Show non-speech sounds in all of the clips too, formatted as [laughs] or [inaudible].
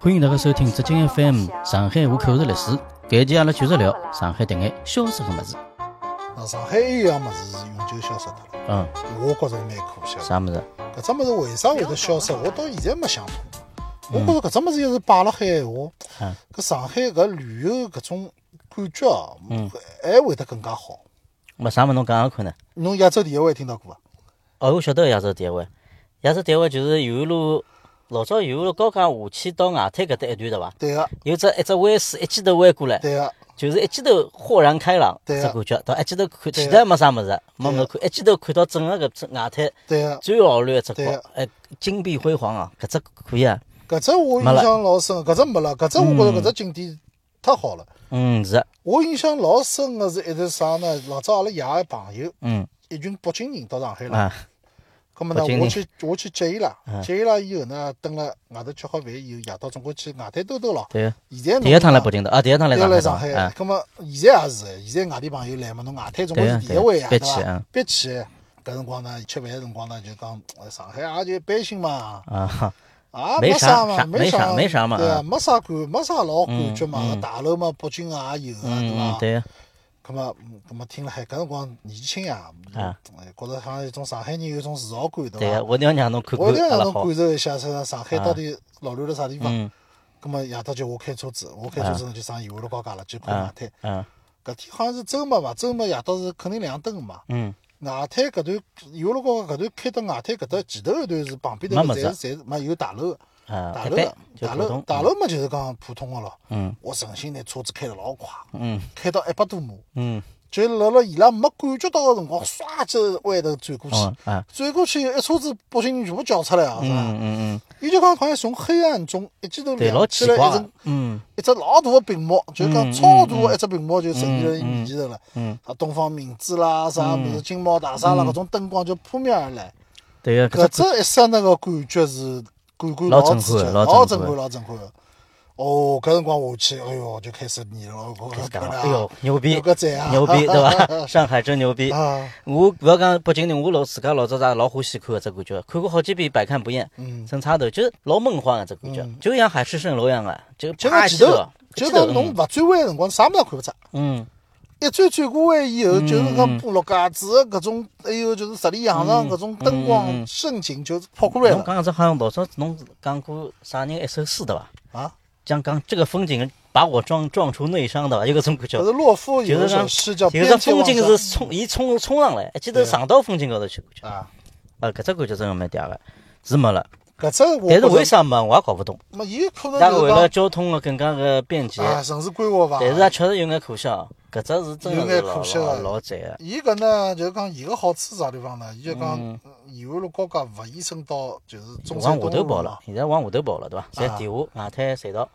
欢迎大家收听浙江 FM《上海我口述历史》。搿一期阿拉继续聊上海迭眼消失个物事。啊，上海有一样物事是永久消失脱了，嗯，我觉着蛮可惜的。啥物事？搿只物事为啥会得消失？我到现在没想通。我觉着搿只物事要是摆辣海闲话嗯，搿上海搿旅游搿种感觉啊，还会得更加好。没啥物事侬讲讲看呢？侬亚洲第一湾听到过伐？哦，我晓得亚洲台湾，亚洲台湾就是有一路老早有一路高架下去到外滩搿搭一段对伐？对个，有只一只弯水一记头弯过来，对啊个，就是一记头豁然开朗，只对啊感觉到一记头看，对啊前头没啥物事，没物事看，一记头看到整个搿只外滩对个。最傲立的只对角啊，哎，金碧辉煌啊，搿只可以啊，搿只我印象老深，搿只没了，搿只我觉着搿只景点太好了。嗯是啊，我印象老深个是一直啥呢？老早阿拉爷个朋友，嗯一群北京人到上海来，啊，咁么呢北京，人我去我去接伊拉，嗯接伊拉以后呢，等了外头吃好饭以后，夜到总归去外滩兜兜咯。对啊，现在第一趟来北京，京的啊，第一趟来要上来海上上海，啊，咁么现在也是，现在外地朋友来嘛，侬外滩总归是第一位啊，对对啊对啊伐？憋气，搿辰光呢，吃饭个辰光呢，就讲呃上海也就一般性嘛，啊哈，啊，没啥啥嘛，啥没啥啥没啥嘛对啊啊，没啥感，没啥老感觉嘛嗯嗯，大楼嘛，北京也有啊，嗯嗯伐？对啊，咁么，咁么听了海搿辰光年轻呀，啊哎觉着好像有种上海人有种自豪感，对对伐啊，？我一定要让侬看看我一定阿要拉让侬好，感受一下，说上海啊到底老乱了啥地方。嗯咁么夜到就我开车子，我开车子呢就上沿下路高架了，就看啊外滩。嗯搿天好像是周末吧，周末夜到是肯定亮灯个嘛。嗯，外滩搿段沿下路高架搿段开到外滩搿搭前头一段是旁边没头侪么是侪是没有大楼的，啊大一楼般的就大普楼通，大楼嘛就是讲普通个咯。嗯我诚心拿车子开得老快，嗯开到一百多码。嗯，就辣辣伊拉没感觉到个辰光，唰就弯头转过哦去，啊，转过去一车子北京人全部叫出来啊，是嗯吧？嗯伊就讲好像从黑暗中一记头嗯，对，老亮奇起怪来一啊阵，嗯一只老大个屏幕，就嗯是讲超大个一只屏幕就呈现了伊面前头了。嗯，啊，东方明珠啦，啥么子金茂大厦啦，搿种灯光就扑面而来。对啊，搿搿只只一刹那个感觉是感官老震震撼撼，老老震撼撼，老震撼。哦，搿辰光下去，哎哟，就开始腻了，哦就是搿讲，搿哎呦，牛逼有，个赞啊，牛逼，对伐？上海真牛逼。啊。我不要讲北京人，我老自家老早啥老欢喜看搿只感觉，看过好几遍，百看不厌。嗯真差头，就是老梦幻搿只感觉，就像海市蜃楼一样啊个，就就啪讲一前记头头，，就一记头讲侬勿转弯个辰光，啥物事也看勿着。嗯一转转过弯以后，就是嗯讲陆家嘴的搿种，还有就是十里洋场搿种嗯灯嗯嗯光盛景，就是跑过嗯，来侬了讲搿只好像老早侬讲过啥人一首诗对伐？啊。讲讲这个风景把我撞撞出内伤对伐？有搿种感觉搿，是洛夫就有是一讲首诗叫《就边是界风望景乡是冲一冲冲上来，一记头对上到风景高头去感觉，啊，啊，搿只感觉真个蛮嗲个，是没了。搿只我但是觉着为啥没我也搞不懂，嘛，伊可能大概就为是了讲交通个更加个便捷。啊城市规划伐。但是也确实有眼可惜啊，搿只是真的是老有眼可惜啊老老赞个，伊搿呢，就是讲伊个好处是啥地方呢？伊就讲嗯沿海路高架勿延伸到就是中往山下东头路跑嘛了，，现在往下头跑了，对伐？啊侪地下外滩隧道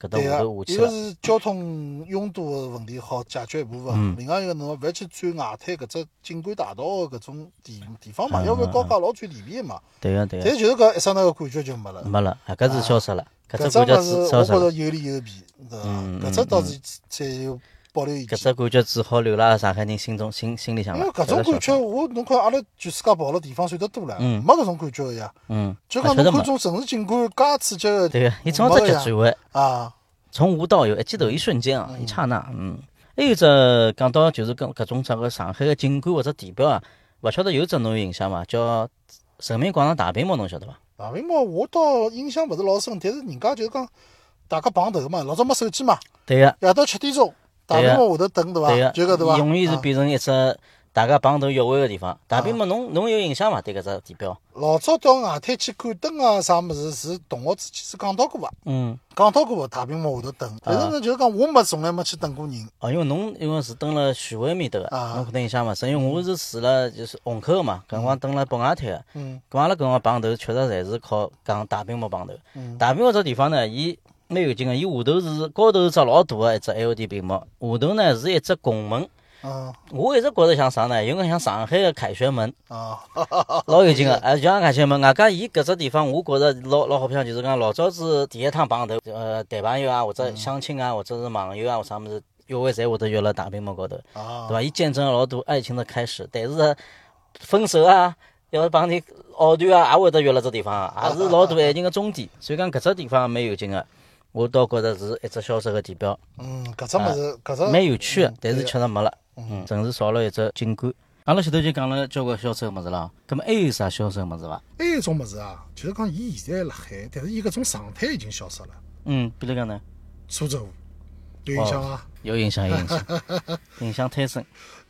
搿搭对下个头，下去一个了，是交通拥堵个问题好解决一部嗯分，另外一个侬勿要去钻外滩搿只景观大道个搿种地地方嘛，嗯要嗯不然高架老占地面嘛。对个对啊但个，就是搿一刹那个感觉就没了。没了，啊搿是消失了，搿搿只只感觉物只事消我失觉了，着有利有弊，对伐嗯？搿只倒是才有保留意搿见。只感觉只好留辣上海人心中心心里向因了，为搿种消感失觉，了，我侬看阿拉全世界跑了地方算得多了，嗯没搿种感觉个呀。嗯，就啊讲确实侬没看，种城市景观介刺激个对个，伊正好只急没有呀转弯。啊，从无到有，一记头，一瞬间啊，一刹那，嗯。还有只讲到就是跟搿种啥个上海个景观或者地标啊，勿晓得有只侬有印象伐？叫人民广场大屏幕，侬晓得伐？大屏幕我倒印象勿是老深，但是人家就是讲大家碰头嘛，老早没手机嘛。对个，夜到七点钟，大对呀屏幕下头等对对伐？个，就搿对伐？永远是啊变成一只大家碰头约会个地方。大屏幕，侬侬有印象伐？对搿只地标？老早到外滩去看灯啊，啥物事是同学之间是啊讲到过伐？嗯，讲到过大屏幕下头啊等，但是呢，就是讲我没从来没去等过人哦，因为侬因为是蹲辣徐汇面头个，啊侬可能印象伐？是因为我是住辣就是虹口个嘛，搿辰光蹲辣北外滩个。嗯，咁阿拉搿辰光碰头，确实侪是靠讲大屏幕碰头。嗯大屏幕这地方呢，伊蛮有劲个，伊下头是高头是只老大个一只 LED 屏幕，下头呢是一只拱门。啊我一直觉着像啥呢？有眼像上海个凯旋门，啊，老有劲哦个，啊，就像凯旋门。外加伊搿只地方，我觉着老老好漂亮，就是讲老早子第一趟碰头，呃，谈朋友啊，或嗯者相亲啊，或者是网友啊，或啥物事约会，侪会得约辣大屏幕高头。啊对，伐？伊见证了老多爱情的开始，但是分手啊，要是帮你奥团啊，也会得约辣只地方，也是老大啊啊啊眼睛个终点。所以讲搿只地方蛮有劲个，我倒觉着是一只消失个地标，嗯，搿只物事，搿只蛮啊有趣个嗯，但是确实没了，嗯，城市少了一只景观。阿拉前头就讲了交关销售个物事了，葛么还有啥销售物事伐？还有一种物事啊，就是讲伊现在辣海，但是伊搿种常态已经消失了。嗯，比如讲呢，苏州河有印象伐？有印象，有印象， [laughs] 印象太深。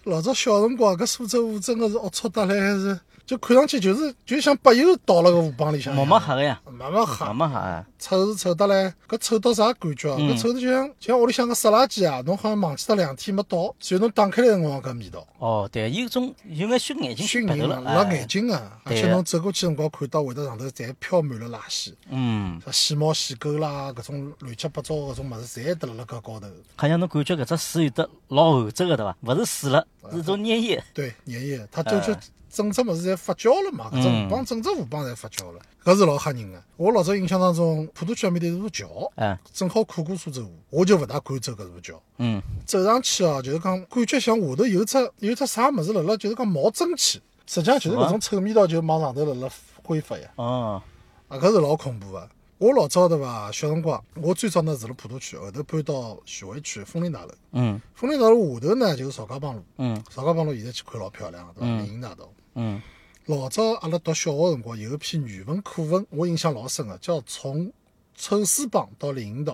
老早小辰光搿苏州河真个是龌龊得来是，就看上去就是就像柏油倒了个河浜里向一毛样。毛黑个呀，慢慢吓毛，毛黑啊，臭是臭得来，搿臭到啥感觉啊？嗯搿臭得就像就像屋里向个湿垃圾啊，侬好像忘记脱两天没倒，所以侬打开来辰光搿味道。哦，对，有种有眼熏眼睛，熏白头人了，啊，辣哎眼睛啊，而对且个侬走过去辰光看到会得上头侪飘满了垃圾，嗯，啥细毛细狗啦，搿种乱七八糟搿种物事，侪得辣辣搿高头。好像侬感觉搿只水有得老厚质个对伐？勿是水了，啊是种粘液。对，粘液，它就哎就整只物事侪发酵了嘛，搿只嗯河浜整只河浜侪发酵了，搿是老吓人个。我老早印象当中，普陀区埃面头有座桥，哎，正好跨过苏州河，我就勿大敢走搿座桥。嗯，走上去哦，就是讲感觉像下头有只有只啥物事辣辣，就是讲冒蒸汽，实际上就是搿种臭味道就往上头辣辣挥发呀，哦，啊，搿是老恐怖个。我老早对伐，小辰光，我最早呢住辣普陀区，后头搬到徐汇区枫林大楼。嗯枫林大楼下头呢就是曹家浜路，嗯曹家浜路现在去看老漂亮个，对伐？林荫大道。嗯，老早阿拉读小学辰光有一篇语文课文，我印象老深个，叫《从臭书浜到林荫道》。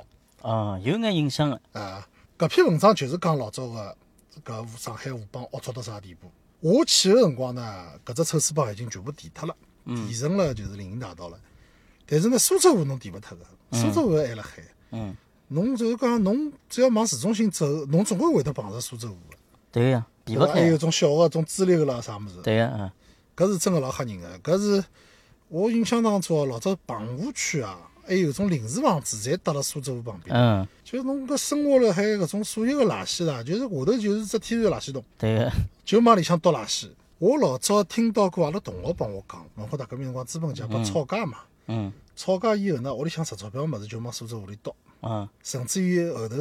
哦，有眼印象个。啊，搿篇文章就是讲老早个搿上海河浜龌龊到啥地步。我去个辰光呢，搿只臭水浜已经全部填脱了，嗯填成了就是林荫大道了。但是呢，苏州河侬填勿脱个，苏州河还辣海。嗯，侬就是讲侬只要往市中心走，侬总归会得碰着苏州河的。对呀，避对勿伐还有开。种小个种支流啦啥物事，对呀，嗯搿是真个老吓人个。搿是我印象当中啊老早棚户区啊，还有种临时房子侪搭辣苏州河旁边。嗯，就是侬搿生活辣海搿种所有个垃圾啦，就是下头就是只天然垃圾桶，对个，就往里向倒垃圾。我老早听到过阿拉同学帮我讲，文化大革命辰光资本家拨吵架嘛，嗯吵架以后呢，屋里向值钞票个物事就往苏州河里倒，嗯，甚至于后头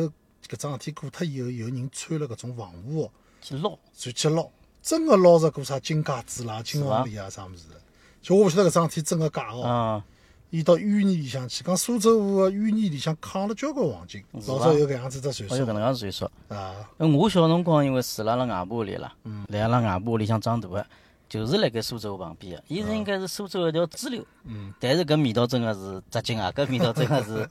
搿桩事体过脱以后，有人穿了搿种防护服，去捞。就去捞，真个捞着过啥金戒指啦、金项链啊啥物事的。就我勿晓得搿桩事体真个假个，啊，伊到淤泥里向去，讲苏州河个淤泥里向扛了交关黄金，老早有搿样子只我有搿传能介传说。说啊。呃我小辰光因为住辣阿拉外婆屋里啦，嗯辣阿拉外婆屋里向长大个，就是辣盖苏州河旁边个。伊啊是应该是苏州一条支流，嗯但是搿味道真个是扎劲啊！搿味道真个 [laughs] 是，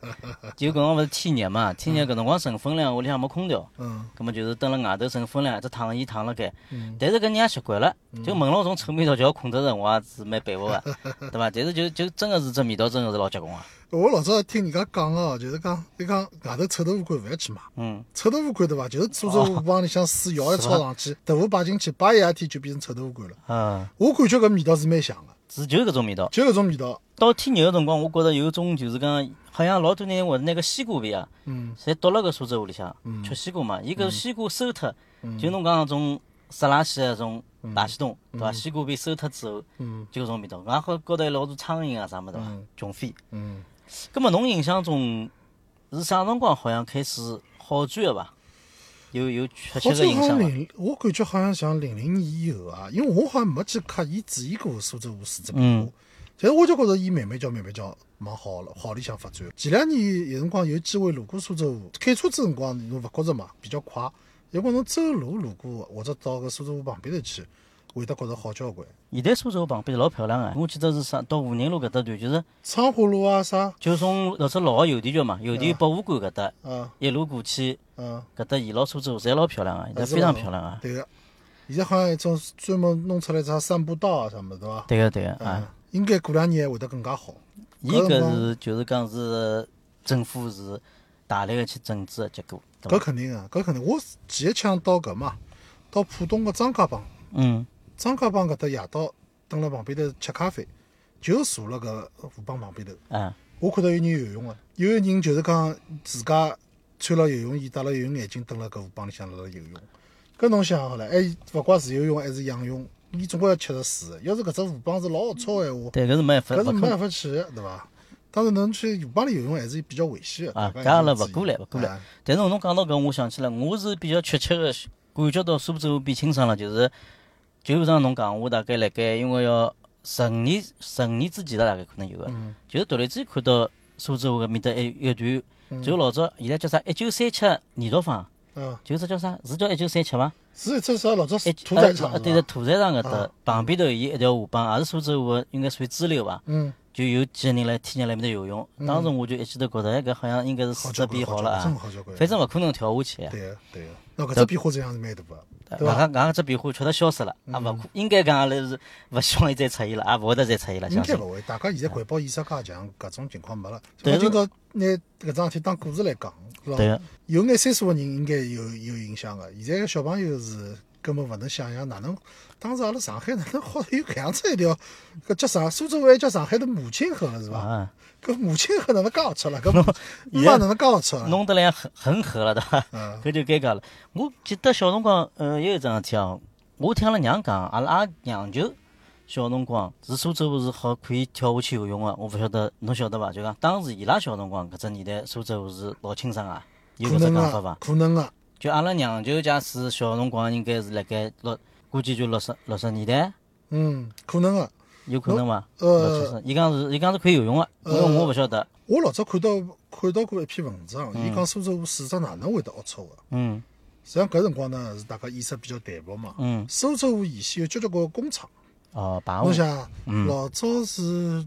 就搿辰光勿是天热嘛，天热搿辰光乘风凉，屋里向没空调，嗯，葛末就是蹲辣外头乘风凉，只躺椅躺辣盖。但是搿人也习惯了，嗯就闻牢种臭味道就要困着人，我也是蛮佩服 [laughs] 个，啊对伐？但是就就真个是这味道真个是老结棍啊！我老早听人家讲哦，就是讲，伊讲外头臭豆腐干勿要去买，嗯，臭豆腐干对伐？就是苏州河浜里向水舀一抄上去，豆腐摆进去，摆一夜天就变成臭豆腐干了。啊，我感觉搿味道是蛮像的，是就是搿种味道。就搿种味道。到天热个辰光，我觉着有种就是讲，好像老多人会拿个西瓜皮啊，嗯，侪倒辣搿苏州河里向吃西瓜嘛。伊搿西瓜收脱，嗯就侬讲搿种湿垃圾啊，种垃圾桶对伐？西瓜皮收脱之后，嗯就搿种味道。然后高头有老多苍蝇啊啥物事对伐？穷飞。嗯，葛末侬印象中是啥辰光好像开始好转个伐？有有确切好个像印好像象伐？零，我感觉好像像零零年以后啊，因为我好像没去刻意注意过苏州河水这变化嗯，但是我就觉着伊慢慢叫慢慢叫往好了好里向发展。前两年有辰光有机会路过苏州河，开车子辰光侬勿觉着嘛，比较快。有辰光侬走路路过或者到个苏州河旁边头去，会得觉着好交关。现在苏州河旁边老漂亮啊个，我记得是啥到武宁路搿搭段，就是昌河路啊啥，就从老早老个邮电局嘛，邮嗯电博物馆搿搭啊一路过去。啊，搿搭沿牢苏州河侪老漂亮啊，现在非常漂亮啊。对个，现在好像一种专门弄出来啥散步道啊啥么子对伐？对个对个啊，啊，应该过两年会得更加好。伊搿辰搿光是就是讲是政府是大力个去整治个结果，对搿伐？肯定啊，搿肯定。我前一枪到搿嘛，到浦东个张家浜，嗯，张家浜搿搭夜到蹲辣旁边头吃咖啡，就坐辣搿河浜旁边头。啊，我看到有人游泳个，啊有个人就是讲自家穿了游泳衣，戴了游泳眼镜，蹲辣搿河浜里向辣辣游泳。搿侬想好了，哎，勿怪是游泳还是仰泳，伊总归要吃着水的。要是搿只河浜是老龌龊个闲话，对，搿是没法搿是勿没嗯可能办法去的，对伐？当然，能去河浜里游泳还是比较危险的。啊，大搿家阿拉一定勿要注过意来勿过来哎。但是侬讲到搿，我想起来，我是比较确切个感觉到苏州变清爽了，就是就像侬讲，我大概辣盖因为要十五年十五年之前了，大概可能有个，就是突然之间看到苏州搿面搭还有一段，就老早现在叫啥一九三七年道坊，嗯，就只叫啥是叫一九三七伐？是一啊只啥老早一屠宰呃场对是的吧屠宰场搿搭旁边头有一条河浜，也是苏州河，应该算支流伐？嗯，就有几个人来天天来面搭游泳，当时我就一记头觉得，哎，搿好像应该是四交只关变好好交了关真啊好交关，反正勿可能跳下去呀。啊呃对个对个，那搿只变化实际上是蛮大个，对嗯外伐？加外加只变化确实消失了，也勿可应该讲阿拉是勿希望伊再出现了，也啊勿会得再出现了，应相该信。勿会，大家现在环保意识介强，啊搿种情况没了。但我是今朝拿搿桩事体当故事来讲，是对啊个？伐有眼岁数个人应该有有影响个，现在个小朋友是根本勿能想象哪能，当时阿拉上海哪能好有搿样子一条，搿叫啥？苏州湾叫上海的母亲河是伐？啊，搿母亲河哪能介好吃了？[laughs] 搿现妈在哪能介好吃了？弄得来很很合了，对伐？嗯搿就尴尬了。我记得小辰光，呃，也有桩事体哦。我听阿拉娘讲，阿拉阿娘舅小辰光是苏州河是好可以跳下去游泳个、我勿晓得侬晓得伐？就讲当时伊拉小辰光搿只年代，苏州河是老清爽啊，有可搿只能讲法伐啊？，可能啊，就阿拉娘舅假使小辰光应该是辣盖六，估计就六十六十年代。嗯，可能啊。有可能伐？侬勿呃出声伊讲是，伊讲是可以游泳个，因为我勿晓得。我老早看到看到过一篇文章，伊讲苏州河水质哪能会得龌龊个？嗯实际上搿辰光呢是大家意识比较淡薄嘛。嗯，苏州河沿线有交交关关工厂，哦，排侬污，想嗯老早是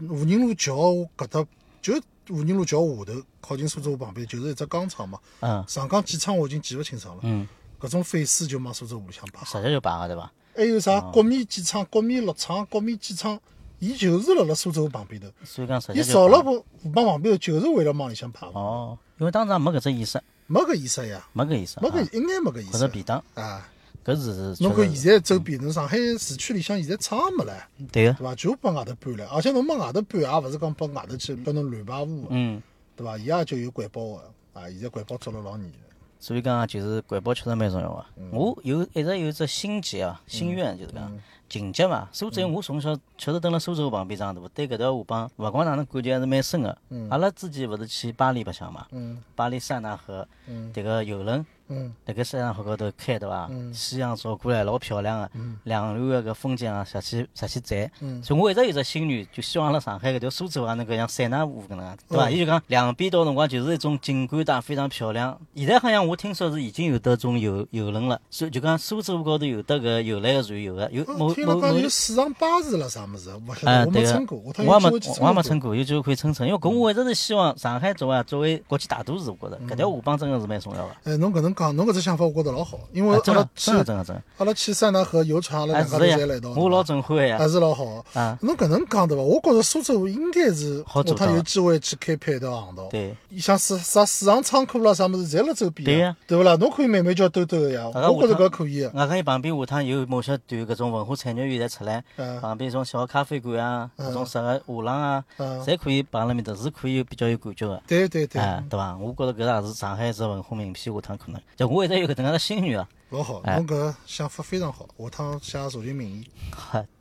武宁路桥搿搭，就武宁路桥下头靠近苏州河旁边就是一只钢厂嘛。嗯上港几厂我已经记勿清爽了，嗯，啊搿种废水就往苏州河里向排。直接就排个对伐？还有啥国米几厂、国米六厂、国米几厂，伊就是辣辣苏州河旁边头，所以讲直伊接造就了排。河河浜旁边头，就是为了往里向排。哦，因为当时也没搿只意识，没搿意思呀，没搿意识啊，没搿一眼没搿意搿只思便当，啊！搿是是侬确看实是现在周边，侬上海市区里向现在厂也没了，对对个，伐？全部帮外头搬了，而且侬帮外头搬，也勿是讲帮外头去帮侬乱排污的，嗯，对伐？伊也就有环保个啊，现在环保做了老严的。所以讲啊就是环保确实蛮重要个。我有一直有只心结啊，心愿就是讲情结嘛。苏州，我从小确实蹲辣苏州河旁边长大，对搿条河浜，勿管哪能感觉还是蛮深个。阿拉之前勿是去巴黎白相嘛，嗯巴黎塞纳河，迭个游轮。嗯，辣盖山上河高头开对伐？夕阳照过来老漂亮个，嗯两岸个搿风景啊，下去下去摘。所以我一直有只心愿，就希望阿拉上海搿条苏州也能够像塞纳河搿能介，嗯对伐？伊就讲两边到辰光就是一种景观带，非常漂亮。现在好像我听说是已经有得种游游轮了，所以就讲苏州河高头有得搿游览个船有个，有某啊听某了讲某有。水上巴士了啥物事，勿晓啊，得，对没个乘过，我我趟也有嗯没机会去我也没乘乘过，有机会可以乘乘，因为搿我一直是希望上海作为作为国际大都市，我觉着嗯搿条河浜真个是蛮重要个。哎，侬搿能讲，侬搿只想法我觉着老好，因为啊，阿真拉个去真个真个真个。阿拉去塞纳河游船，阿拉哎，两是家头的侪来一呀道，，我老震撼呀还。是老好。啊，侬搿能讲对伐？我觉着苏州河应该是好下走趟到啊有了机会去开辟一条航道。对，伊像水啥水上仓库啦，啥物事侪辣周边。对呀呀，啊对勿啦？侬可以慢慢叫兜兜个呀。大家我觉着下趟搿可以个。啊外加伊旁边下趟有某些段搿种文化产业园侪出来，嗯旁边种小咖啡馆啊，搿种啥个画廊啊，嗯侪可以摆辣面搭，是可以有比较有感觉个。对对对，哎，对伐？我觉着搿也是上海一只文化名片，下趟可能。就我一直有搿能介个心愿啊。老好，哎侬搿想法非常好。下趟写查询名义。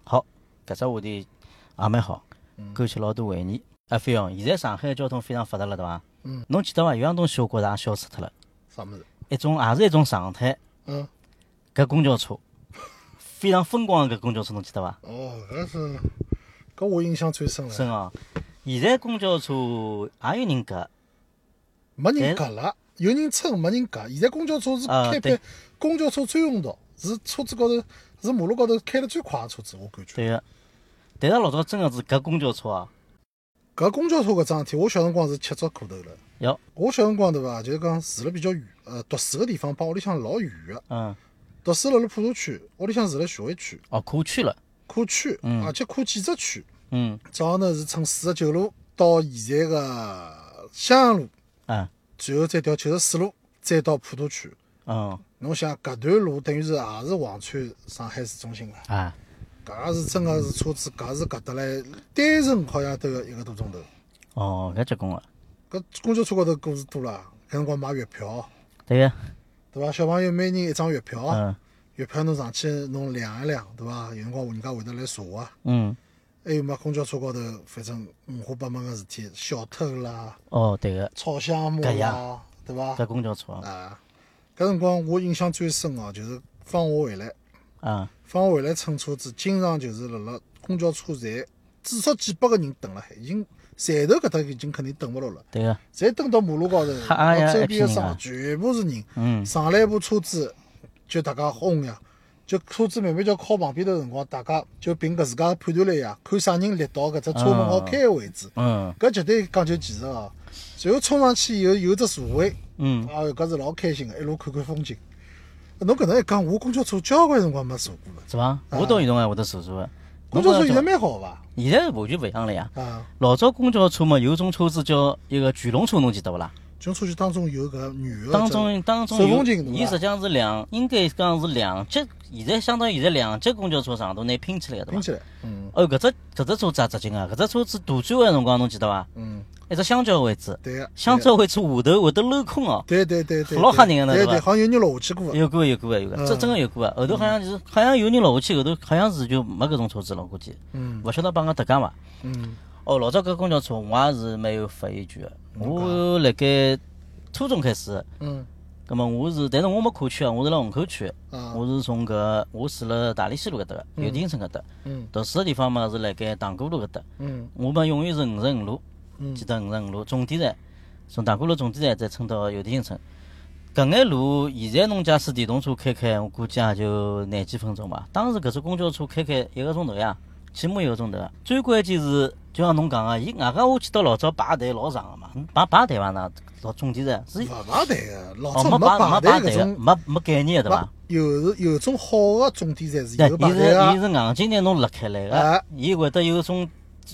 好，搿只话题也蛮好，嗯勾起老多回忆。啊，飞勇，现在上海交通非常发达了，对伐？嗯。侬记得伐？有样东西我觉着也消失脱了，啥物事？一种也是一种常态，嗯，搿公交车，非常风光的搿公交车，侬记得伐？哦，搿是搿我印象最深了。真哦，现在公交车也有人搿，没人夹了，有人乘，没人夹。现在公交车是哎啊开辟对公交车专用道，是车子高头是马路高头开得最快的车子，我感觉。对个。但是老早真个是搿公交车啊，搿公交车搿桩事体，我小辰光是吃足苦头了。哟，我小辰光对伐，就是讲住了比较远，呃，读书个地方帮屋里向老远个。嗯，读书辣辣普陀区，屋里向住辣徐汇区、哦，可去了，跨区，而且跨几只区。嗯，早浪头是乘四十九路到现在个襄阳路，啊，然后再调九十四路，再到普陀区。嗯，侬想搿段路等于是也是横穿上海市中心了，啊，搿也是真个是车子，搿是搿搭来单程好像都要一个多钟头。哦，搿结棍个，搿公交车高头故事多了，搿辰光买月票，对个，对伐？小朋友每人一张月票，嗯月票侬上去侬量一量，对伐？有辰光人家会得来查啊。嗯，还有嘛，公交车高头反正五花八门个事体，小偷啦、哦，对个，吵相骂搿啦样，对伐？搿公交车，啊，搿辰光我印象啊最深哦、就是放学回来。啊，放学回来乘车子，经常就是辣辣公交车站，至少几百个人等了海，已经站头搿搭已经肯定等勿牢了，对个，侪等到马 [laughs] 路高头，哈呀到一周边个批人商啊全部是人。嗯，上来一部车子，就大家轰呀，就车子慢慢就靠旁边头的辰光，大家就凭搿自家判断力呀，看啥人立到搿只车啊门好开个位置，嗯，搿绝对讲究技术啊。随后冲上去以后有只座位，嗯，啊，搿是老开心个，一路看看风景。侬搿能一讲，我公交车交关辰光没坐过了，是伐？哎我到现在还会得坐坐个。啊公交车侬现在讲蛮好伐？现在完全勿一样了呀。啊，老早公交车嘛，有种车子叫一个巨龙车，侬记得勿啦？军车就当中有搿女个，当中当中手有，风琴对伐伊实际上是两，应该讲是两节，现在相当于现在两节公交车长度拿拼起来的拼嘛。起来，嗯哦，搿只搿只车子也扎劲啊！搿只车子大转弯辰光侬记得伐？嗯，一只香蕉位置，对啊个，香蕉位置下头会得镂空哦。对对对对，老吓人个呢对对伐对，好像有人落下去过个，嗯有过有过啊有过，这真个有过啊！后头好像就是好像有人落下去，后头好像是就没搿种车子了，我估计。嗯勿晓得帮我搭讲伐？嗯哦，老早搿公交车我也是蛮有发言权个。我辣盖初中开始，嗯葛末我是，但是我没跨区啊，我是辣虹口区。啊我是从搿，我住辣大理西路搿搭个，有丁村搿搭。嗯读书个地方嘛是辣盖塘沽路搿搭。嗯。我们永远是五十五路，嗯记得五十五路总点站，从塘沽路总点站再乘到邮电新村。搿眼路现在侬假使电动车开开，我估计也就廿几分钟吧。当时搿只公交车开开一个钟头呀，起码一个钟头啊。最关键是，就像侬讲个，啊伊外加我记得老早排队老长个嘛，嗯排排队伐那老总点站是勿排队个，老哦早没没排没队排搿队个，种，没没概念个对伐勿？有时有种好个终点站是对，有排伊队是伊个，是硬劲拿侬勒开来哎个，伊会得有种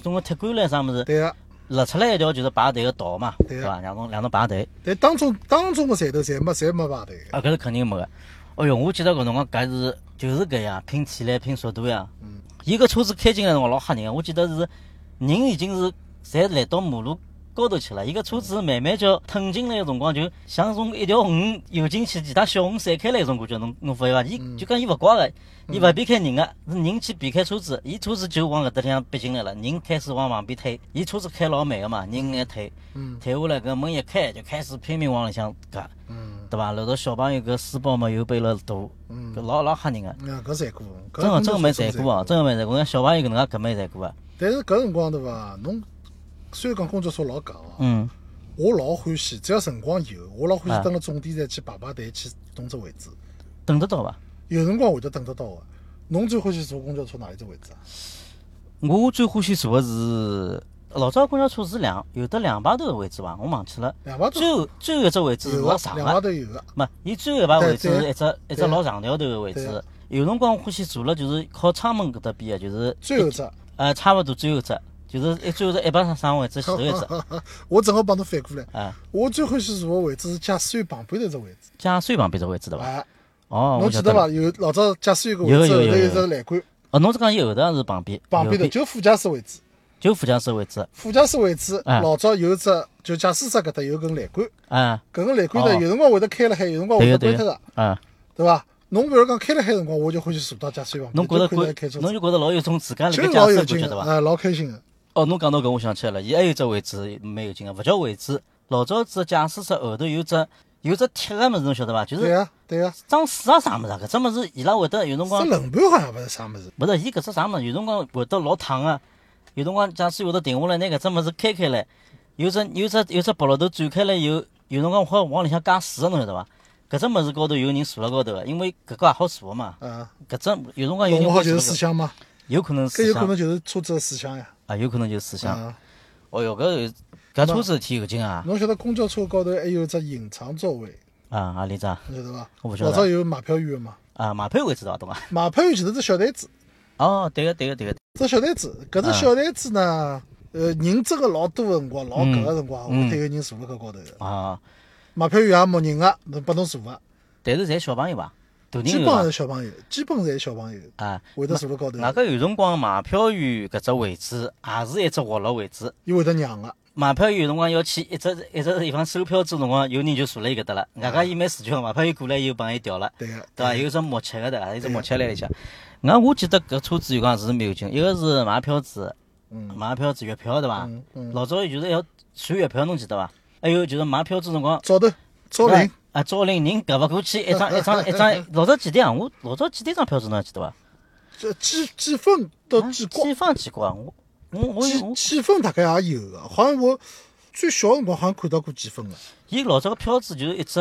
种个铁杆唻啥物事，对个。勒出来一条就是排队个道嘛，对对伐？让侬让侬排队，但当中当中个站头侪没侪没排队个，啊，搿是肯定没个。哎哟，我记得搿辰光搿是就是搿样，拼体力、拼速度呀。伊搿车子开进来辰光老吓人个，我记得是人已经是侪来到马路高头去了，伊搿车子慢慢叫腾进来个辰光，就像从一条鱼游进去，其他小鱼散开来一种感觉，侬侬发现伐？伊就讲伊勿怪个，伊勿避开人个，是人去避开车子，伊车子就往搿搭向逼进来了，人开始往旁边推，伊车子开老慢个嘛，人眼推嗯，推下来搿门一开就开始拼命往里向夹。嗯，对伐？后头小朋友搿书包嘛又背了大，嗯搿老老吓人个，啊，搿赚过，搿真个个真个没赚过哦，真个没赚过。我讲小朋友搿能介搿没赚过啊，但是搿辰光对伐？侬虽然讲公交车老戆哦，嗯，我老欢喜，只要辰光有，我老欢啊喜蹲辣终点站去排排队去蹲只位置。等得到伐？有辰光会得等得到个。侬最欢喜坐公交车哪一只位置啊？我最欢喜坐个是老早公交车是两有得两排头个位置伐？我忘记了，两排头最后最后一只位置是有老个长，两排个，头有个。没，伊最后一排位置是对一只一只对老长条头个位对置。有辰光欢喜坐了，就是靠窗门搿搭边个，就是最后 [laughs] 一只，呃差勿多最后一只，就是一最后一只一排上上位置前头一只，我正好帮侬反过来。啊，我最欢喜坐个位置是驾驶员旁边头只位置。加税旁边只位置对伐？啊，哦，我侬晓记得得了。伐？有老早驾驶员个位有置后有有头有有只栏杆，哦，侬是讲伊后头还是旁边？旁边头右就副驾驶位置。就副驾驶位置，副驾驶位置哎老早有只就驾驶室搿搭有根栏杆，啊，搿根栏杆呢哦有辰光会得开了海，有辰光对会个得对关脱个个，，啊，对伐？侬比如讲开了海辰光，我就欢喜坐到驾驶员旁侬觉得边，就看着开觉车，侬子，就觉得老有种自家辣就盖是驾老驶有感劲觉个，对伐？哎，老开心个。哦，侬讲到搿，我想起来了，伊还有只位置蛮有劲啊个，勿叫位置，老早子驾驶室后头有只有只铁个物事，侬晓得伐？就对是呀，对呀，装水啊啥物事啊，搿只物事伊拉会得有辰这光，轮盘好像勿是啥物事，勿是伊搿只啥物事，有辰光会得老烫个，有辰光假使会得停下来，拿搿只物事开开来，有只有只有只白老头转开来，有有辰光好往里向加水个，侬晓得伐？搿只物事高头有人坐辣高头啊个，因为搿个也好坐个嘛。啊，搿只有辰光有弄人勿会好觉就得是四厢嘛，有可能搿是有可想能就是车子个四厢呀。啊，有可能就是思想。啊，哦哟，搿搿车子挺有劲啊！侬晓得公交车高头还有只隐藏座位，啊，阿里只啊，侬晓得伐？我不晓老得早有买票员个嘛，啊马配位置的懂伐？买票员前头只小台子。哦，对个对个对个，只小台子，搿啊只小台子呢，呃，人真个老多个辰光，老嗯搿个辰光，我得有人坐辣搿高头的。啊，买票员也没人啊个，能拨侬坐伐？但是侪小朋友伐？大基人啊本有上是小朋友，基本侪是小朋友，伐？啊，会得坐辣高头的，外加有辰光买票员搿只位置也是一只活络位置。伊会得让啊个。买票员有辰光要去一只一只地方收票子辰光，有人就坐辣伊搿搭了。外加伊蛮自觉个，买票员过来又帮伊调了。嗯对啊个，对伐？啊有一只木漆个对伐？有一只木漆来里向。俺我记得搿车子有讲是蛮有劲，一个是买票子，买票子月票对伐嗯？嗯老早就是要算月票，侬记得伐？还有就是买票子辰光，早头招对领伐啊， [laughs] 招领人搿勿过去，一张一张一张，老早几钿啊？我老早几钿张票子侬还记得伐？这几几分到啊几角，几方几光，我我我有几我几分大概也有个，好像我最小辰光好像看到过几分个，啊伊老早个票子就是一只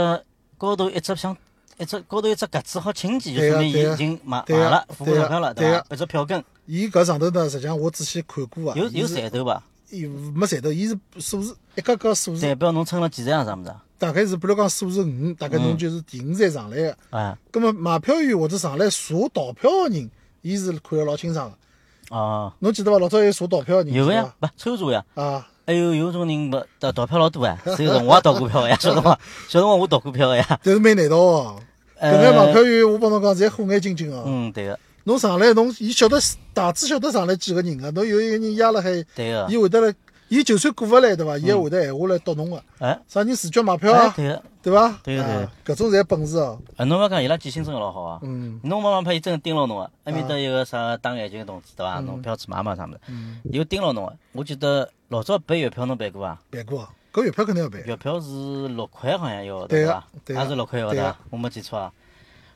高头一只像一只高头一只格子好清记，就对说啊明伊对啊已经买买对啊了付过对啊钞票了，对吧啊？一只票根伊搿上头呢，实际上我仔细看过啊，有伊有是赚头伐？伊没赚到，伊是数字一格格数字，代表侬乘了几站啊？啥物事啊？大概是比如讲数字五，大概嗯侬就是第五站上来个。啊葛么买票员或者上来查倒票个人，伊是看得老清爽个。哦，侬记得伐？老早有查倒票个人有个是呀伐，不抽查呀。啊，还有有种人不倒倒票老多啊，只有辰我也倒过 [laughs] 票呀，晓得伐？小辰光我倒过票的呀。但是蛮难倒个。呃搿眼买票员，我帮侬讲，侪火眼金睛个。嗯，对个，哦侬上来，侬伊晓得大致晓得上来几个人个。侬有一个人压辣海，对个伊，会得来，伊就算过勿来对伐？伊也会得闲话来搭侬个。哎，啥人自觉买票哎，啊？对个，对伐？对个对啊搿种侪本事哦。啊，侬勿要讲伊拉记性真个老好啊。嗯侬妈妈怕伊真个盯牢侬啊，埃面搭有个啥打眼镜个同志对嗯伐？侬票子买买啥物事，伊会盯牢侬个。啊我记得老早办月票侬办过伐？办过啊，搿月票肯定要办。月票是六块好像一个号头对个伐？对个也是六块一个号头对啊个，我没记错啊，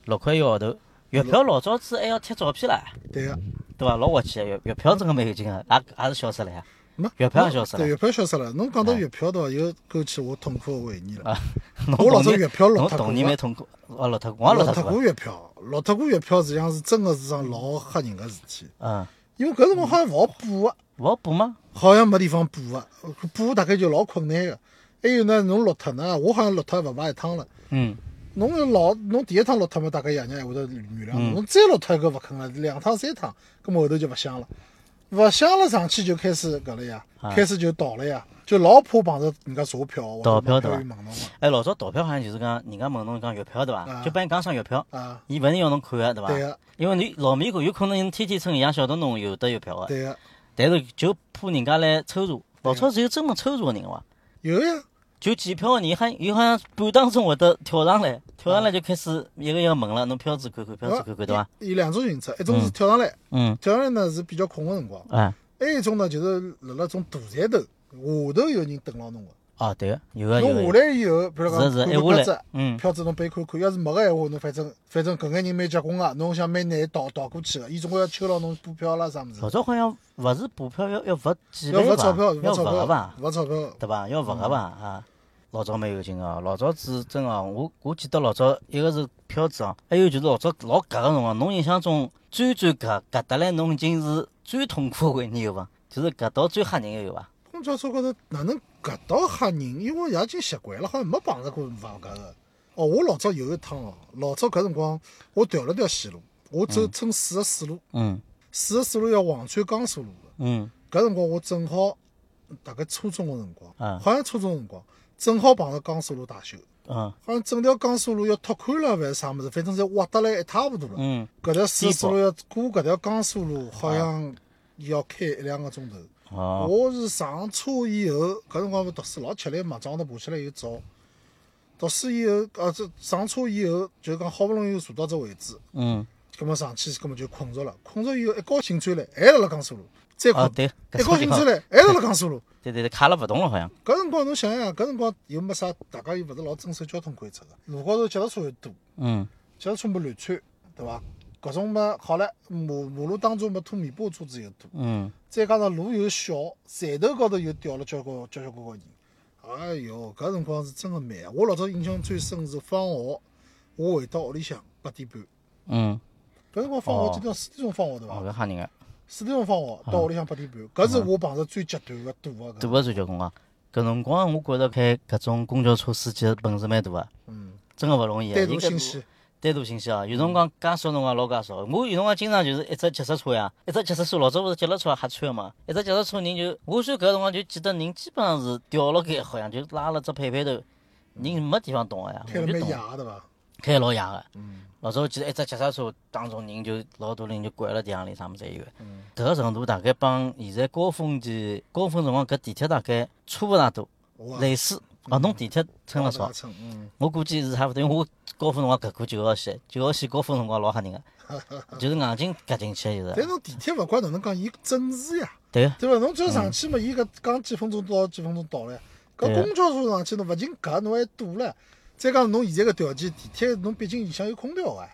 六块一个号头。月票老早子还要贴照片唻，对啊个，对伐？老滑稽个，啊月月票真个蛮有劲个，也也是消失了呀。没月票也消失了哎对，月票消失了。侬讲到月票对伐？又勾起我痛苦个回忆了。啊， [laughs] 侬我老童早年月票落侬脱童过年啊蛮痛苦，哦，落脱过，我也落脱脱过过啊。月票，落脱过月票实际上是真个是桩老吓人个事体，嗯，因为搿辰光好像勿好补个，勿好补吗？好像没地方补个，补大概就老困难个。还有呢，侬落脱呢，我好像落脱勿买一趟了。嗯，侬要老侬第一趟落脱嘛，大概爷娘还会得原谅侬。嗯侬再落脱一个勿肯了，啊两趟三趟，搿么后头就勿想了，勿想了上去就开始搿了呀，啊开始就倒了呀，就老怕碰着人家查票，或者倒票买对票伐员问侬个哎，老早倒票好像就是讲，人家问侬讲月票对伐？啊就帮你讲上月票，啊，伊勿是要侬看个对伐？对啊个因为你老面孔有可能天天乘一样晓得侬有得月票个，对啊个，但是就怕人家来抽查。老早是有专门抽查个人个伐？有呀，就检票个人，还有好像半当中会得跳上来，跳啊上来就开始一个一个问了，侬票子看看，票子看看对伐？有有两种形式，一种是跳上来，嗯，跳上来呢是比较空个辰光，哎，还有一种呢就是辣辣种大山头下头有人等牢侬个，哦，对个，有个有侬下个，来以后，比如是讲是，看一下看票子来。，嗯，票子侬背看看，要是没个闲话，侬反正反正搿眼人蛮结棍个，侬想蛮难逃逃过去个，伊总归要抽牢侬补票啦啥物事老，早好像勿是补票要要罚几要万吧？罚钞票，要罚钞罚票吧，，罚钞票，对伐？要罚个吧啊！老早蛮有劲个，老早子真个，我我记得老早一个是票子啊，还有就是老早老夹个辰光，侬印象中最最夹夹得来，侬已经是最痛苦个回忆有伐？就是夹到最吓人个有伐？公交车高头哪能搿到吓人？因为我也已经习惯了，好像没碰着过勿搿个。哦，我老早有一趟哦，老早搿辰光我调了条线路，我走乘四十四路，嗯四十四路要横穿江苏路个。嗯搿辰光我正好大概初中个辰啊光，好像初中个辰光，正好碰着江苏路大修，嗯好像整条江苏路要拓宽了，还是啥物事，反正侪挖得来一塌糊涂了。嗯，搿条丝丝路要过搿条江苏路，好像要开一两个钟头。哦，我是上车以后，搿辰光勿读书老吃力嘛，早上头爬起来又早。读书以后，呃，这上车以后，就讲好不容易坐到这位置，嗯葛末上去，葛末就困着了。困着以后，一觉醒转来，还辣辣江苏路，再困哦，对，一觉搿醒地转方，来，还辣辣江苏路。对对对，卡了勿动了好像，搿辰光侬想想，搿辰光又没啥，大家又勿是老遵守交通规则个，路高头脚踏车又多。嗯脚踏车没乱窜，对伐？搿种么好了，马马路当中么拖尾巴的车子又多，嗯，再加上路又小，山头高头又掉了交关交交关关人。哎哟，搿辰光是真个慢啊！我老早印象最深是放学，我回到屋里向八点半。嗯，搿辰光放哦学，记得四点钟放学对哦，伐？搿吓人个，四点钟放嗯学到屋里向八点半，搿是我碰着最极端个堵个大搿。个最交关啊！搿辰光我觉着开搿种公交车司机的本事蛮大个，嗯，真个勿容易啊。单伊独搿信息，单独信息嗯啊，有辰光介少辰光老介少。我有辰光经常就是一只脚踏车呀，一只脚踏车老早勿是脚踏车也瞎穿嘛，一只脚踏车人就，我算搿辰光就记得人基本上是吊了该，好像就拉了只配配头，人没地方动个呀，嗯开我了就蛮野动，个对伐？开老野个。嗯，老早我记得一只脚踏车当中人就老多人就掼了地上里，啥物事侪有的。嗯搿个程度大概帮现在高峰期高峰辰光搿地铁大概差勿大多，我类似。哦，侬地铁乘了少我，乘，嗯，我估计是差不多，因为我高峰辰光搿过九号线，九号线高峰辰光老吓人个，就是硬劲夹进去就但是。侬地铁勿管哪能讲，伊准时呀。对啊个，对伐？侬只要上去嘛，伊搿讲几分钟到几分钟到了呀。搿对啊公交车上去侬勿仅搿侬还堵了，再讲侬现在搿条件，地铁侬毕竟里向有空调啊，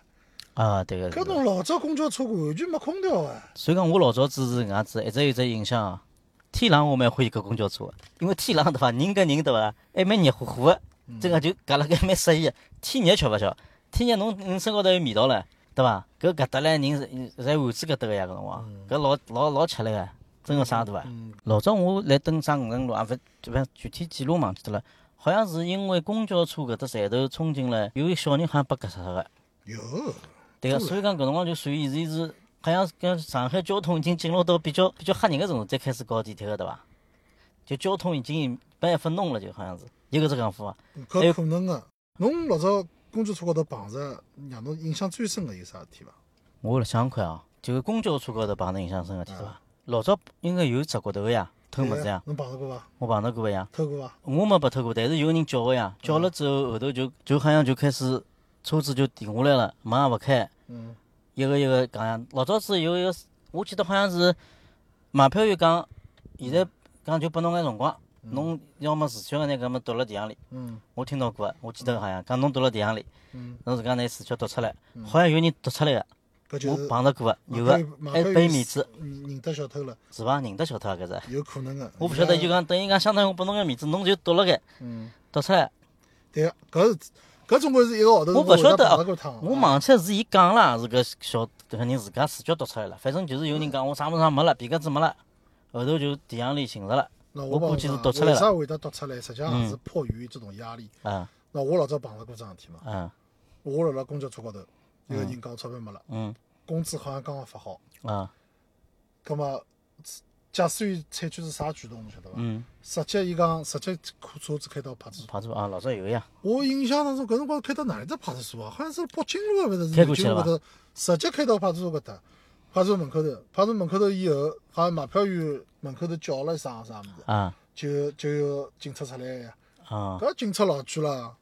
啊，对个。对搿个种老早公交车完全没空调啊，所以讲，我老早支持搿样子，一直有只印象啊。天冷我蛮欢喜搿公交车的，因为天冷对伐，人跟人对伐，还蛮热乎乎的，真个就搿辣搿蛮适宜的。天热吃勿消，天热侬侬身高头有味道了，对伐？搿搿搭来人是侪汗子搿搭个呀，搿辰光搿老老老吃力个，啊真个啥对伐？老早我来登啥五层路啊，勿就反具体记录忘记脱了，好像是因为公交车搿搭站头冲进来，有一小人好像被夹死脱个。有。对个，所以讲搿辰光就属于现在是，好像是跟上海交通已经进入到比较比较吓人个程度，再开始搞地铁个对伐？就交通已经没办法弄了，就好像是有搿只讲法啊伐？还搿有可能个。侬老早公交车高头碰着，让侬印象最深个有啥事体伐？我辣想看啊，就是公交车高头碰着印象深个体对伐？老早应该有砸骨头个呀，偷物对事嗯个呀，哎侬碰着过伐？我碰到过个呀，偷过伐？我没被偷过，但是有人叫个嗯呀，叫了之后后头就就好像就开始车子就停下来了，门也勿开，嗯，一个一个讲呀，老早子有一个，我记得好像是买票员讲，现嗯在讲就拨侬眼辰光，侬要么自觉个拿搿么读辣地上里，嗯，我听到过的，我记得好像讲侬读辣地上里嗯，侬自家拿自觉读出来，好像有人读出来个，搿就我是碰到过个，有马个克马还克背有面子，嗯认得小偷了，是伐？认得小偷啊搿是，有可能个。我勿晓得人家就讲等于讲相当于我拨侬眼面子，侬就读辣盖，嗯，读出来，对个，搿是搿总归是一个号头。我勿晓得碰啊着过趟，我啊忘记是伊讲啦，是个小搿人自家自觉读出来了，反正就是有人讲我啥物事啥没了，皮夹子没了，后头就地上里寻着了。那我估计是碰着读出来为了嗯啥会得读出来？实际上是迫于这种压力。啊那我老早碰着过桩事体嘛，嗯我辣辣公交车高头，有个人讲钞票没了，嗯工资好像刚刚发好，啊葛末驾驶员采取是啥举动，侬晓得伐？嗯，直接伊讲直接车子开到派出所。派出所啊，老早有呀，我印象当中，搿辰光开到哪里只派出所啊？好像是北京路啊，勿是开南过去京路了吧搿搭，直接开到派出所搿搭。派出所门口头，派出所门口头以后，好像买票员门口头叫了一声啥物事，啊就就有警察出来呀。啊搿警察老句了，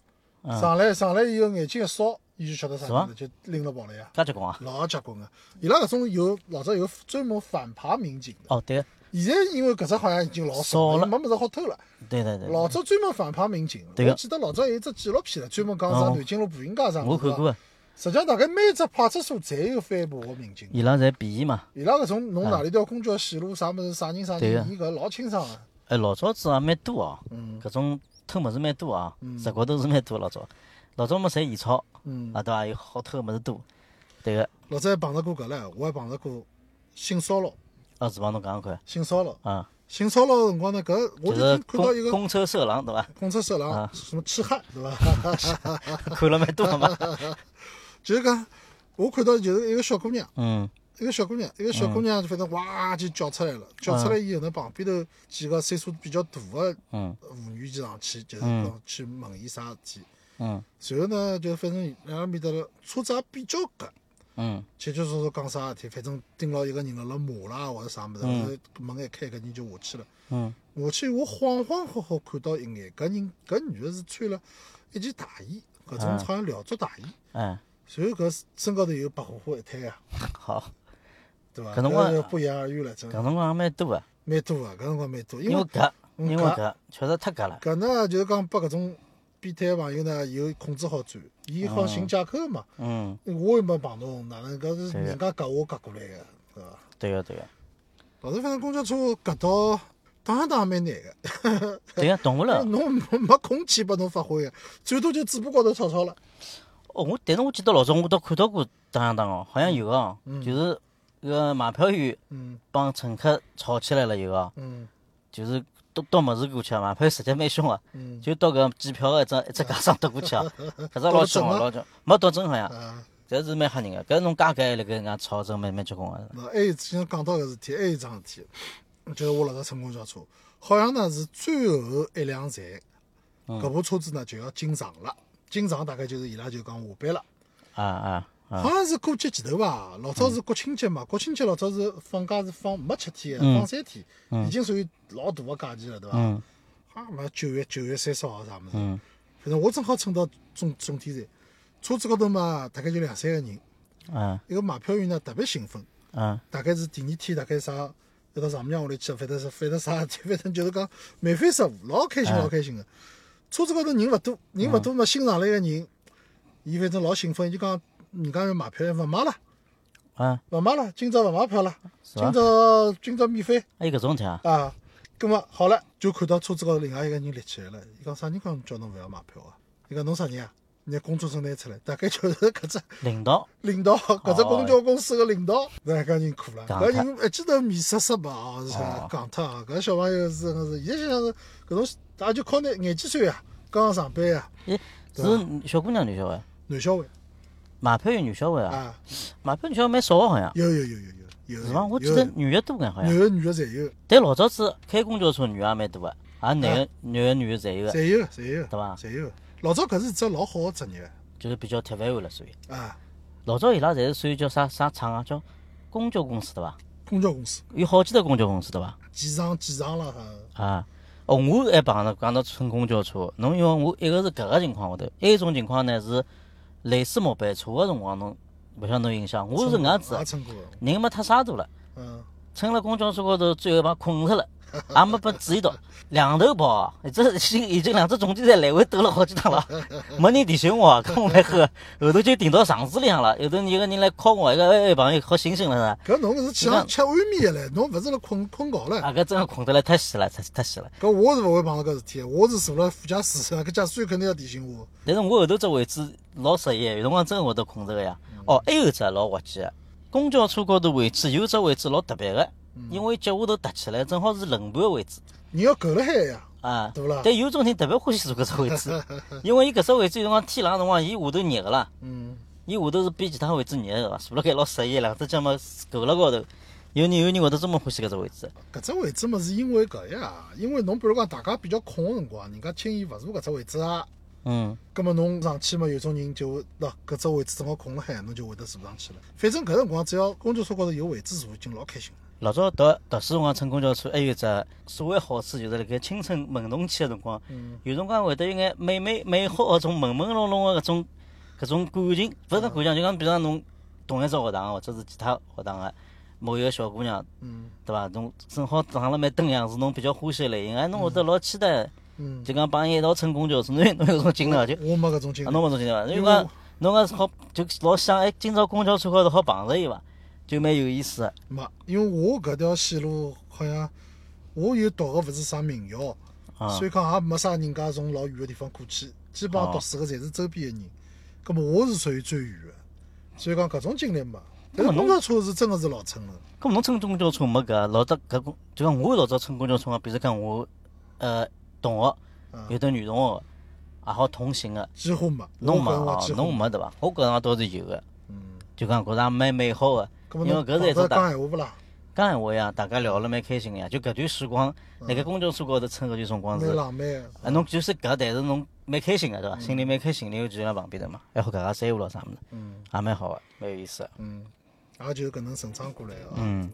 嗯上来上来以后眼睛一烧，伊就晓得啥是伐物事，就拎了跑了呀。介结棍啊！老结棍个，伊拉搿种有老早有专门反扒民警的，哦，对现在因为搿只好像已经老少少了没物事好偷了。对对对，老早专门反扒民警，对个我记得老早有一只纪录片了，专门讲啥哦南京路步行街啥我物事看啊。过，实际上，大概每只派出所侪有翻扒个民警，伊拉侪便宜嘛。伊拉搿种侬哪里条公交线路啥物事啥人啥对个人，伊搿老清爽个。哎，老早子也蛮多哦，搿种偷物事蛮多啊，石骨头是蛮多老早，老早么侪现钞嗯，啊，对伐？有好偷物事多，对个，老早还碰着过搿唻，我还碰着过性骚扰，啊，是帮侬讲看性骚扰，啊，性骚扰个辰光呢，搿我就就是听看到一公个公车色狼对 [laughs] 伐？公车色狼啊什么痴汉，对伐？看了蛮多嘛， [laughs] 就是讲，我看到就是一个小姑娘。嗯一个小姑娘，一个小姑娘就反正哇就叫出来了，叫出来以后呢，旁边头几个岁数比较大的嗯妇女就上去，就是讲去问伊啥事体。嗯随后呢，就反正两个面搭了，车子也比较夹，嗯清清楚楚讲啥事体，反正盯牢一个人辣辣骂啦或者啥物事，然后门一开，搿人就下去了。嗯下去我恍恍惚惚看到一眼，搿人搿女的是穿了一件大衣，搿种好像辽足大衣，哎，随后搿身高头有白花花一摊啊，好，对伐？搿辰光搿不言而喻了，真搿的辰光也蛮多啊，蛮多啊，搿辰光蛮多，因因为为搿，嗯因为搿确实太搿了，搿呢，就是讲拨搿种变态朋友呢，有控制好转，伊好寻借口嘛。嗯。我又没碰侬，哪能搿是对人家夹我夹过来个，对伐？对个对 [laughs] 个，老是反正公交车夹到打打蛮难个，。对个动物了 [laughs] 侬没没空气拨侬发挥个，最多就嘴巴高头吵吵了。哦，我但是我记得老早我倒看到过打相打哦，好像有个哦，就是搿个买票员嗯帮乘客吵起来了有个哦，嗯就是倒倒物事过去啊，买票员实际蛮凶个，嗯就倒搿机票个一只一只架上倒过 [laughs] 去啊，搿只老凶哦，倒得准吗老凶，没倒真好像，啊，搿是蛮吓人个，搿侬加搿还辣盖人家吵，真蛮蛮结啊棍个。那还有今朝讲到搿事体，还有一桩事体，就是我老早乘公交车，好像呢是最后一辆站，嗯搿部车子呢就要进场了，进场大概就是伊拉就讲下班了。啊啊啊！好像是过节前头吧，老早是国庆节嘛，国庆节老早是放假是放没七天的，放三天，已经属于老大个假期了，对伐？嗯啊，嘛九月九月三十号啥物事，嗯反正我正好乘到中中天站，车子高头嘛大概就两三个人，啊一个买票员呢特别兴奋，啊大概是第二天大概啥。要到丈母娘屋里去，反正是反正啥事体，反正就是讲眉飞色舞，老开心老开心个。车子高头人勿多，人勿多嘛，新上来个人，伊反正老兴奋，伊就讲人家要买票，勿买了，啊，勿买了，今朝勿买票了，是今伐？朝今朝免费还有搿种事体啊？啊。葛么好了，就看到车子高头另外一个人立起来了，伊讲啥人讲叫侬勿要买票啊？伊讲侬啥人啊？人家工作证拿出来，大概就是搿只领导领导，哦搿只公交公司个领导，那搿人苦了，戆脱搿人一记头面色煞白啊，是哦戆脱啊！搿小朋友是真个是，现在想想是搿种，也就靠那眼睛算呀，啊刚刚上班呀，咦，对啊吧是小姑娘女小孩，男小孩买票有女小孩啊？啊，买票女小孩蛮少的好像，有有有有有有，是伐？我记有得女的多眼好像男。个女个侪有，但老早子开公交车啊女也蛮多个，啊也男个、男个、女个侪有个，侪有侪有，对伐侪有。老早搿是一只老好个职业就是比较铁饭碗了，属于。啊，老早伊拉侪是属于叫啥啥厂啊，叫公交公司对伐？公交公司，有好几只公交公司对伐？机场机场啦，哈啊，哦，我还碰着讲到乘公交车，侬因为我一个是搿个情况下头，还有一种情况呢是类似末班车个辰光，侬勿晓得侬有印象，我是搿样子啊也的，乘过的，人嘛太沙大了，嗯，乘了公交车高头，最后把困脱了。也没被注意到，两头跑啊，这已经已经两只总决赛来回兜了好几趟了，没人提醒我啊，跟我蛮黑，后头就停到场子里向了，后头有个人来敲我，一个哎哎朋友好醒醒了呢，搿侬是去你上看吃安眠药唻，侬勿是辣困困觉唻。啊，搿真的困得来太死了，太太死了。搿我是勿会碰到搿事体，我是坐辣副驾驶，搿驾驶员肯定要提醒我。但是我后头只位置老适意，有辰光真的会得困着个呀。嗯哦，还有一只老滑稽的，公交车高头位置有一只位置老特别个，嗯因为脚下头凸起来，正好是轮盘的位置。你要够了海呀，啊，对不啦但有种人特别欢喜坐搿只位 [laughs] 置，因为伊搿只位置有辰光天冷的辰光，伊下头热个啦，嗯，伊下头是比其他位置热个，坐辣盖老适意，两只脚嘛够了高头。有人有人会得专门欢喜搿只位置，搿只位置嘛是因为搿呀，因为侬比如讲大家比较空个辰光，人家轻易勿坐搿只位置啊，嗯，葛末侬上去嘛，有种人就会喏搿只位置正好空了海，侬就会得坐上去了。反正搿辰光只要公交车高头有位置坐，已经老开心了。老早读读书辰光乘公交车，还有一只所谓好处就是辣盖青春懵懂期个辰光，有辰光会得有眼美美美好个种朦朦胧胧个搿种搿种感情，勿是讲感情，就讲比如讲侬同一只学堂或者是其他学堂个某一个小姑娘，嗯对伐？侬正好长了蛮登样子，侬比较欢喜的类型，哎，侬会得老期待，嗯，就讲帮伊一道乘公交车，侬有侬有种经历伐就，我没搿种经啊历侬，没种经历伐？因因为为我讲侬讲是好，就老想哎，今朝公交车高头好碰着伊伐？就蛮有意思个。没，因为我搿条线路好像我有读个勿是啥名校。啊所以讲也没啥人家从老远个地方过去，基本上哦读书个侪是周边个人。葛么我是属于最远个，所以讲搿种经历没。但那是么侬公交车是真个是老乘了，咁侬乘公交车没搿啊老早搿公，就讲我老早乘公交车啊，比如讲我呃同学啊有的女同学也好同行个，几乎没。侬没没哦，侬没。没对伐？我搿辰光倒是有个，嗯，就讲觉着也蛮美好个，葛因么为侬搿是一碰种到大讲闲话嗯勿啦？讲闲话呀，大家聊了蛮开心个呀。就搿段时光，辣盖公交车高头乘搿段辰光蛮是，浪漫个。啊侬就是搿，但是侬蛮开心个对伐？心里蛮开心，然后就辣旁边头嘛，还好搿家三胡咯啥物事，嗯也蛮好个，蛮有意思个。嗯，也就搿能成长过来个。嗯，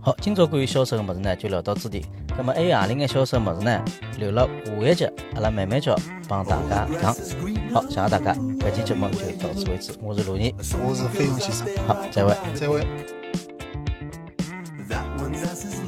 好，今朝关于销售的么子呢，就聊到这里。那么还有何里眼销售么子呢？留了下一集，阿拉慢慢叫帮大家讲。好，谢谢大家，本期节目就到此为止。我是罗尼，我是飞鸿先生，好，再会。再会。 That one's ass is